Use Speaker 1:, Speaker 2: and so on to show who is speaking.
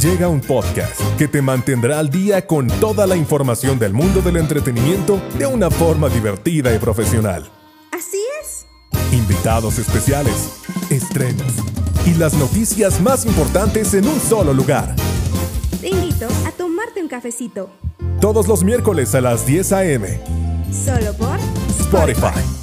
Speaker 1: Llega un podcast que te mantendrá al día con toda la información del mundo del entretenimiento de una forma divertida y profesional.
Speaker 2: Así es.
Speaker 1: Invitados especiales, estrenos y las noticias más importantes en un solo lugar.
Speaker 2: Te invito a tomarte un cafecito.
Speaker 1: Todos los miércoles a las 10 a.m.
Speaker 2: Solo por
Speaker 1: Spotify.